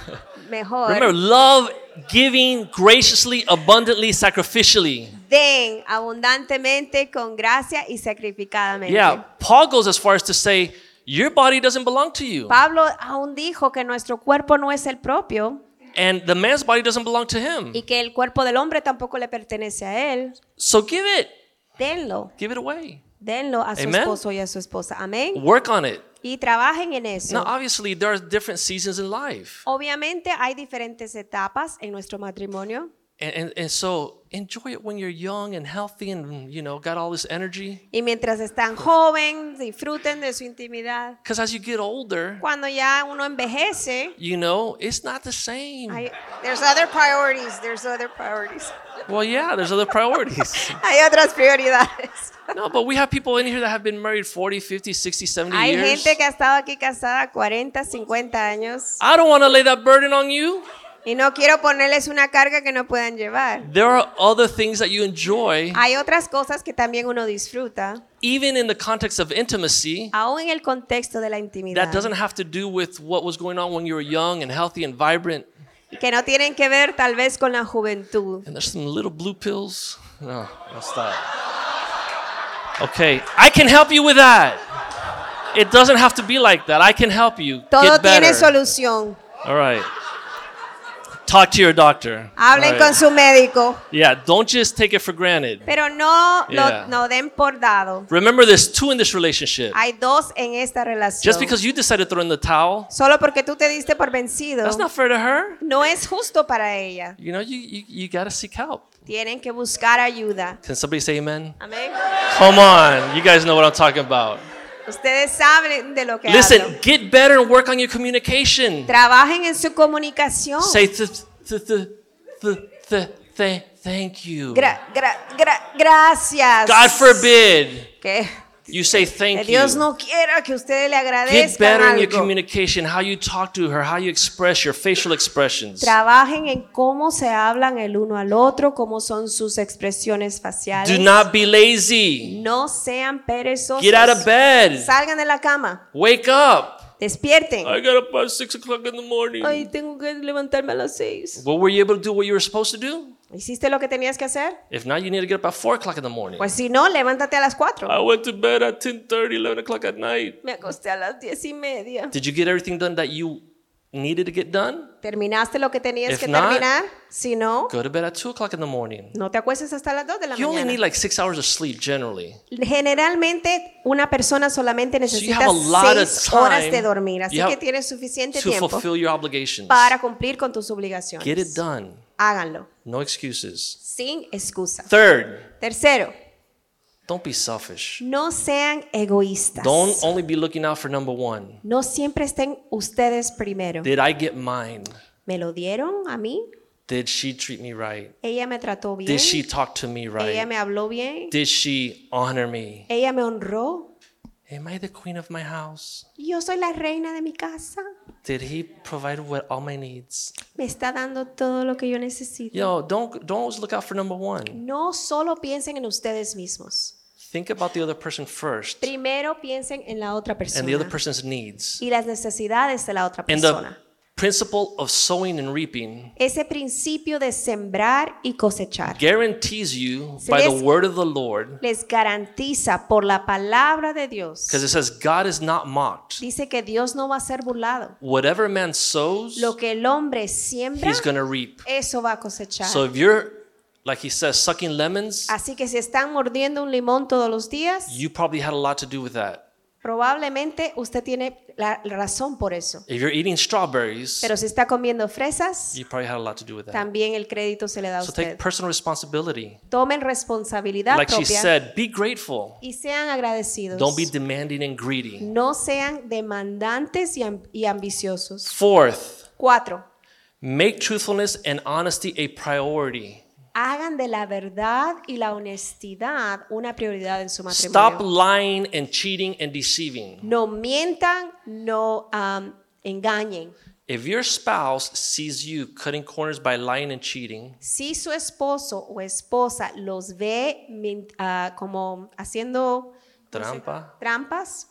mejor.
Remember, love giving graciously, abundantly, sacrificially.
Den abundantemente, con gracia y sacrificadamente.
Yeah, Paul goes as far as to say, your body doesn't belong to you.
Pablo aún dijo que nuestro cuerpo no es el propio
And the man's body doesn't belong to him.
y que el cuerpo del hombre tampoco le pertenece a él.
So give it.
Denlo,
Give it away.
denlo a su
Amen.
esposo y a su esposa. Amén.
Work on it.
Y trabajen en eso.
Now, obviously, there are different seasons in life.
Obviamente hay diferentes etapas en nuestro matrimonio
And, and, and so enjoy it when you're young and healthy and, you know, got all this energy.
y mientras están joven, disfruten de su intimidad.
Because as you get older,
Cuando ya uno envejece,
you know, it's not the same.
hay, there's other priorities, there's other priorities.
Well, yeah, there's other priorities.
Hay otras prioridades.
No, but we have people in here that have been married 40, 50, 60, 70
Hay
years.
gente que ha estado aquí casada 40, 50 años
I don't want to lay that burden on you.
y no quiero ponerles una carga que no puedan llevar.
There are other things that you enjoy,
Hay otras cosas que también uno disfruta,
even in the context of intimacy,
aún en el contexto de la
that
intimidad,
doesn't have to do with what was going on when you were young and healthy and vibrant.
que no tienen que ver tal vez con la juventud.
And there's some little blue pills. No, I'll stop. Okay, I can help you with that. It doesn't have to be like that. I can help you.
Todo
Get
tiene
better.
solución.
All right. Talk to your doctor.
Hablen
All right.
con su médico,
Yeah, don't just take it for granted.
pero no
Yeah.
lo no den por dado.
Remember, there's two in this relationship.
Hay dos en esta relación.
Just because you decided to throw in the towel,
Solo porque tú te diste por vencido,
that's not fair to her.
no es justo para ella.
You know, you, you, you got to seek help.
Tienen que buscar ayuda.
Can somebody say amen?
Amén.
Come on. You guys know what I'm talking about.
Ustedes saben de lo que
Listen,
hablo.
get better and work on your communication.
Trabajen en su comunicación.
Say th- th- th- th- th- th- thank you.
Gra- gra- gra- gracias.
God forbid
que,
you say
que
thank you.
Dios no quiera que ustedes le
Get
agradezcan
better in your
algo.
communication, how you talk to her, how you express your facial expressions.
Trabajen en cómo se hablan el uno al otro, cómo son sus expresiones faciales.
Do not be lazy.
no sean perezosos.
Get out of bed.
Salgan de la cama.
Wake up.
Despierten.
I got up at six o'clock in the morning.
Ay, tengo que levantarme a las seis.
Well, were you able to do what you were supposed to do?
¿Hiciste lo que tenías que hacer?
If not, you need to get up at four o'clock in the morning.
Pues si no, levántate a las cuatro.
I went to bed at 10 11 o'clock at night.
Me acosté a las diez y media.
Did you get everything done that you needed to get done?
¿Terminaste lo que tenías
If
que
not-
terminar? Si no,
Go to bed at two o'clock in the morning.
no te acuestes hasta las dos de la
You only
mañana.
need like six hours of sleep generally.
Generalmente una persona solamente
So you
necesita
have a lot of
seis
time.
horas de dormir, así
You have
que tienes suficiente
to
tiempo
fulfill your obligations.
para cumplir con tus
Get it
obligaciones.
done.
Háganlo
No excuses.
sin excusa.
Third,
Tercero,
don't be selfish.
no sean egoístas.
Don't only be looking out for number one.
No siempre estén ustedes primero.
Did I get mine?
¿Me lo dieron a mí?
Did she treat me right?
Ella me trató bien.
Did she talk to me
Ella
right?
me habló bien.
Did she honor me?
Ella me honró.
Am I the queen of my house?
Yo soy la reina de mi casa.
Did he provide what all my needs?
Me está dando todo lo que yo necesito.
You know, don't don't always look out for number one.
No solo piensen en ustedes mismos.
Think about the other person first
Primero piensen en la otra
and the other
persona
person's needs.
y las necesidades de la otra
And the
persona.
principle of sowing and reaping
Ese principio de sembrar y cosechar
guarantees you
Se
by the
les-
word of the Lord,
les garantiza por la palabra de Dios.
because it says God is not mocked.
Dice que Dios no va a ser burlado.
Whatever a man sows,
Lo que el hombre siembra,
he's gonna reap.
eso va a cosechar.
So if you're, like he says, sucking lemons,
Así que si están mordiendo un limón todos los días,
you probably had a lot to do with that.
probablemente usted tiene la razón por eso.
If you're eating strawberries,
Pero si está comiendo fresas,
you probably had a lot to do with that.
también el crédito se le da a
So take
usted.
personal responsibility.
Tomen responsabilidad
Like she
propia
said, be grateful.
y sean agradecidos.
Don't be demanding and greedy.
No sean demandantes y, am- y ambiciosos.
Fourth,
Cuatro,
make truthfulness and honesty a priority.
hagan de la verdad y la honestidad una prioridad en su
Stop
matrimonio.
lying and cheating and deceiving.
No mientan, no am, engañen.
If your spouse sees you cutting corners by lying and cheating,
Si su esposo o esposa los ve min- ah, como haciendo
trampa,
trampas,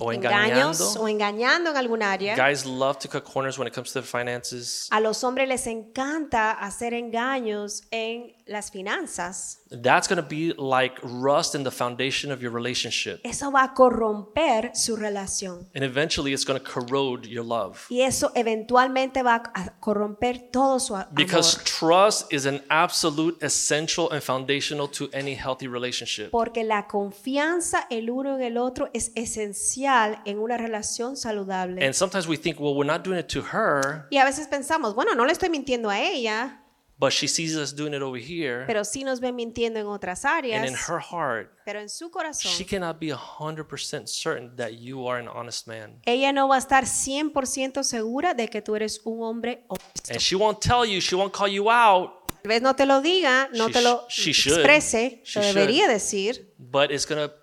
o
engaños
engañando.
o engañando en algún área.
Guys love to cut corners when it comes to finances.
A los hombres les encanta hacer engaños en las finanzas.
That's going to be like rust in the foundation of your relationship.
Eso va a corromper su relación.
And eventually it's going to corrode your love.
Y eso eventualmente va a corromper todo su a- amor.
Because trust is an absolute essential and foundational to any healthy relationship.
Porque la confianza el uno en el otro es esencial en una relación saludable.
And sometimes we think, well, we're not doing it to her,
y a veces pensamos, bueno, no le estoy mintiendo a ella,
but she sees us doing it over here.
pero sí nos ven mintiendo en otras
And
áreas.
in her heart,
pero en su corazón,
she cannot be 100% certain that you are an honest man.
ella no va a estar 100% segura de que tú eres un hombre honesto.
And she won't tell you, she won't call you out,
Tal vez no te lo diga, no
She
te lo
sh- she should.
exprese,
She
lo
should.
debería decir,
but it's going to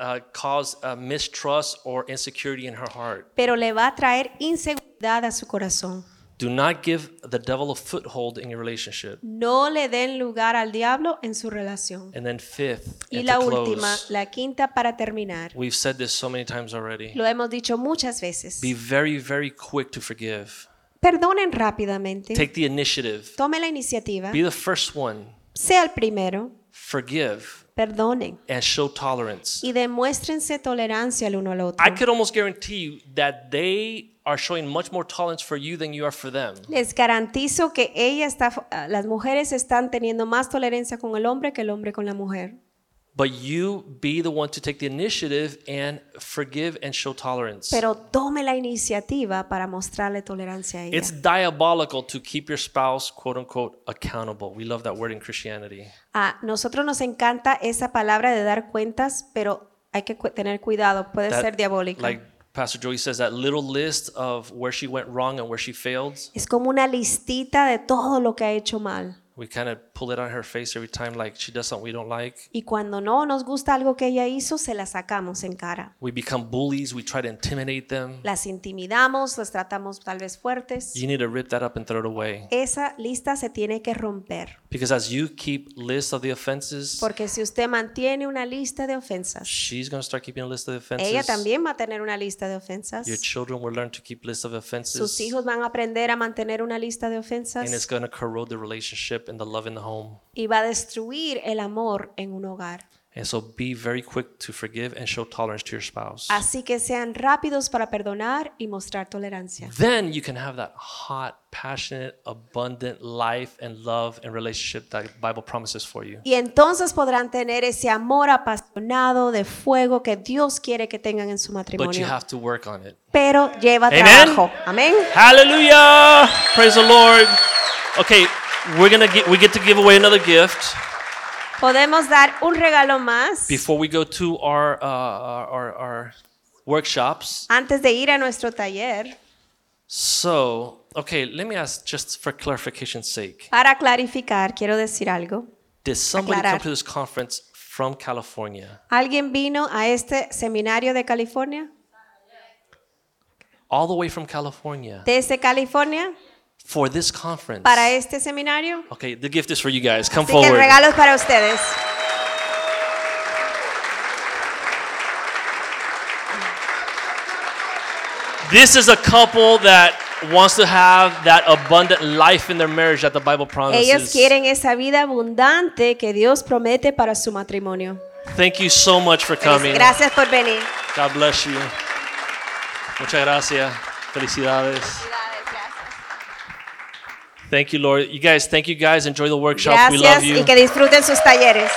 uh, cause uh, mistrust or insecurity in her heart.
pero le va a traer inseguridad a su corazón.
Do not give the devil a foothold in your relationship.
No le den lugar al diablo en su relación.
And then, fifth,
Y
and
la
to
última,
close,
la quinta para terminar.
we've said this so many times already.
Lo hemos dicho muchas veces.
Be very, very quick to forgive.
Perdonen rápidamente.
Take the initiative.
Tome la iniciativa.
Be the first one.
Sea el primero.
Forgive
Perdonen.
and show tolerance.
Y demuéstrense tolerancia el uno al otro.
I could almost guarantee you that they are showing much more tolerance for you than you are for them.
Les garantizo que ella está, las mujeres están teniendo más tolerancia con el hombre que el hombre con la mujer.
But you be the one to take the initiative and forgive and show tolerance.
Pero tome la iniciativa para mostrarle tolerancia a ella.
It's diabolical to keep your spouse, quote unquote, accountable. We love that word in Christianity.
A nosotros nos encanta esa palabra de dar cuentas, pero hay que cu- tener cuidado, puede
That-
ser diabólica.
Like Pastor Joey says, that little list of where she went wrong and where she failed,
es como una listita de todo lo que ha hecho mal.
we kind of pull it on her face every time, like she does something we don't like.
Y cuando no nos gusta algo que ella hizo, se la sacamos en cara.
We become bullies, we try to intimidate them.
Las intimidamos, las tratamos tal vez fuertes.
You need to rip that up and throw it away.
Esa lista se tiene que romper,
Because as you keep lists of the offenses,
porque si usted mantiene una lista de ofensas,
she's going to start keeping a list of the offenses.
ella también va a tener una lista de ofensas.
Your children will learn to keep lists of offenses.
Sus hijos van a aprender a mantener una lista de
And it's
ofensas
going to corrode the relationship and the love in the home.
y va a destruir el amor en un hogar.
And so be very quick to forgive and show tolerance to your spouse.
Así que sean rápidos para perdonar y mostrar tolerancia.
Then you can have that hot, passionate, abundant life and love and relationship that the Bible promises for you.
Y entonces podrán tener ese amor apasionado de fuego que Dios quiere que tengan en su
But you
matrimonio.
have to work on it.
Pero lleva
Amen.
trabajo. Amén.
Hallelujah! Praise the Lord. Okay, we're gonna get we get to give away another gift
Podemos dar un regalo más
before we go to our uh, our, our, our workshops.
antes de ir a nuestro taller.
So, okay, let me ask just for clarification's sake.
Para clarificar, quiero decir algo.
Did somebody come
Aclarar.
to this conference from California?
¿Alguien vino a este seminario de California?
All the way from California
¿Desde California?
for this conference.
¿Para este seminario?
Okay, the gift is for you guys. Come
Así que el
forward.
regalo es para ustedes.
This is a couple that wants to have that abundant life in their marriage that the Bible
Ellos
promises.
quieren esa vida abundante que Dios promete para su matrimonio.
Thank you so much for coming.
Gracias por venir.
God bless you. Muchas gracias. Felicidades. Thank you, Lord. You guys, thank you guys. Enjoy the workshop. we love
Gracias
you.
y que disfruten sus talleres.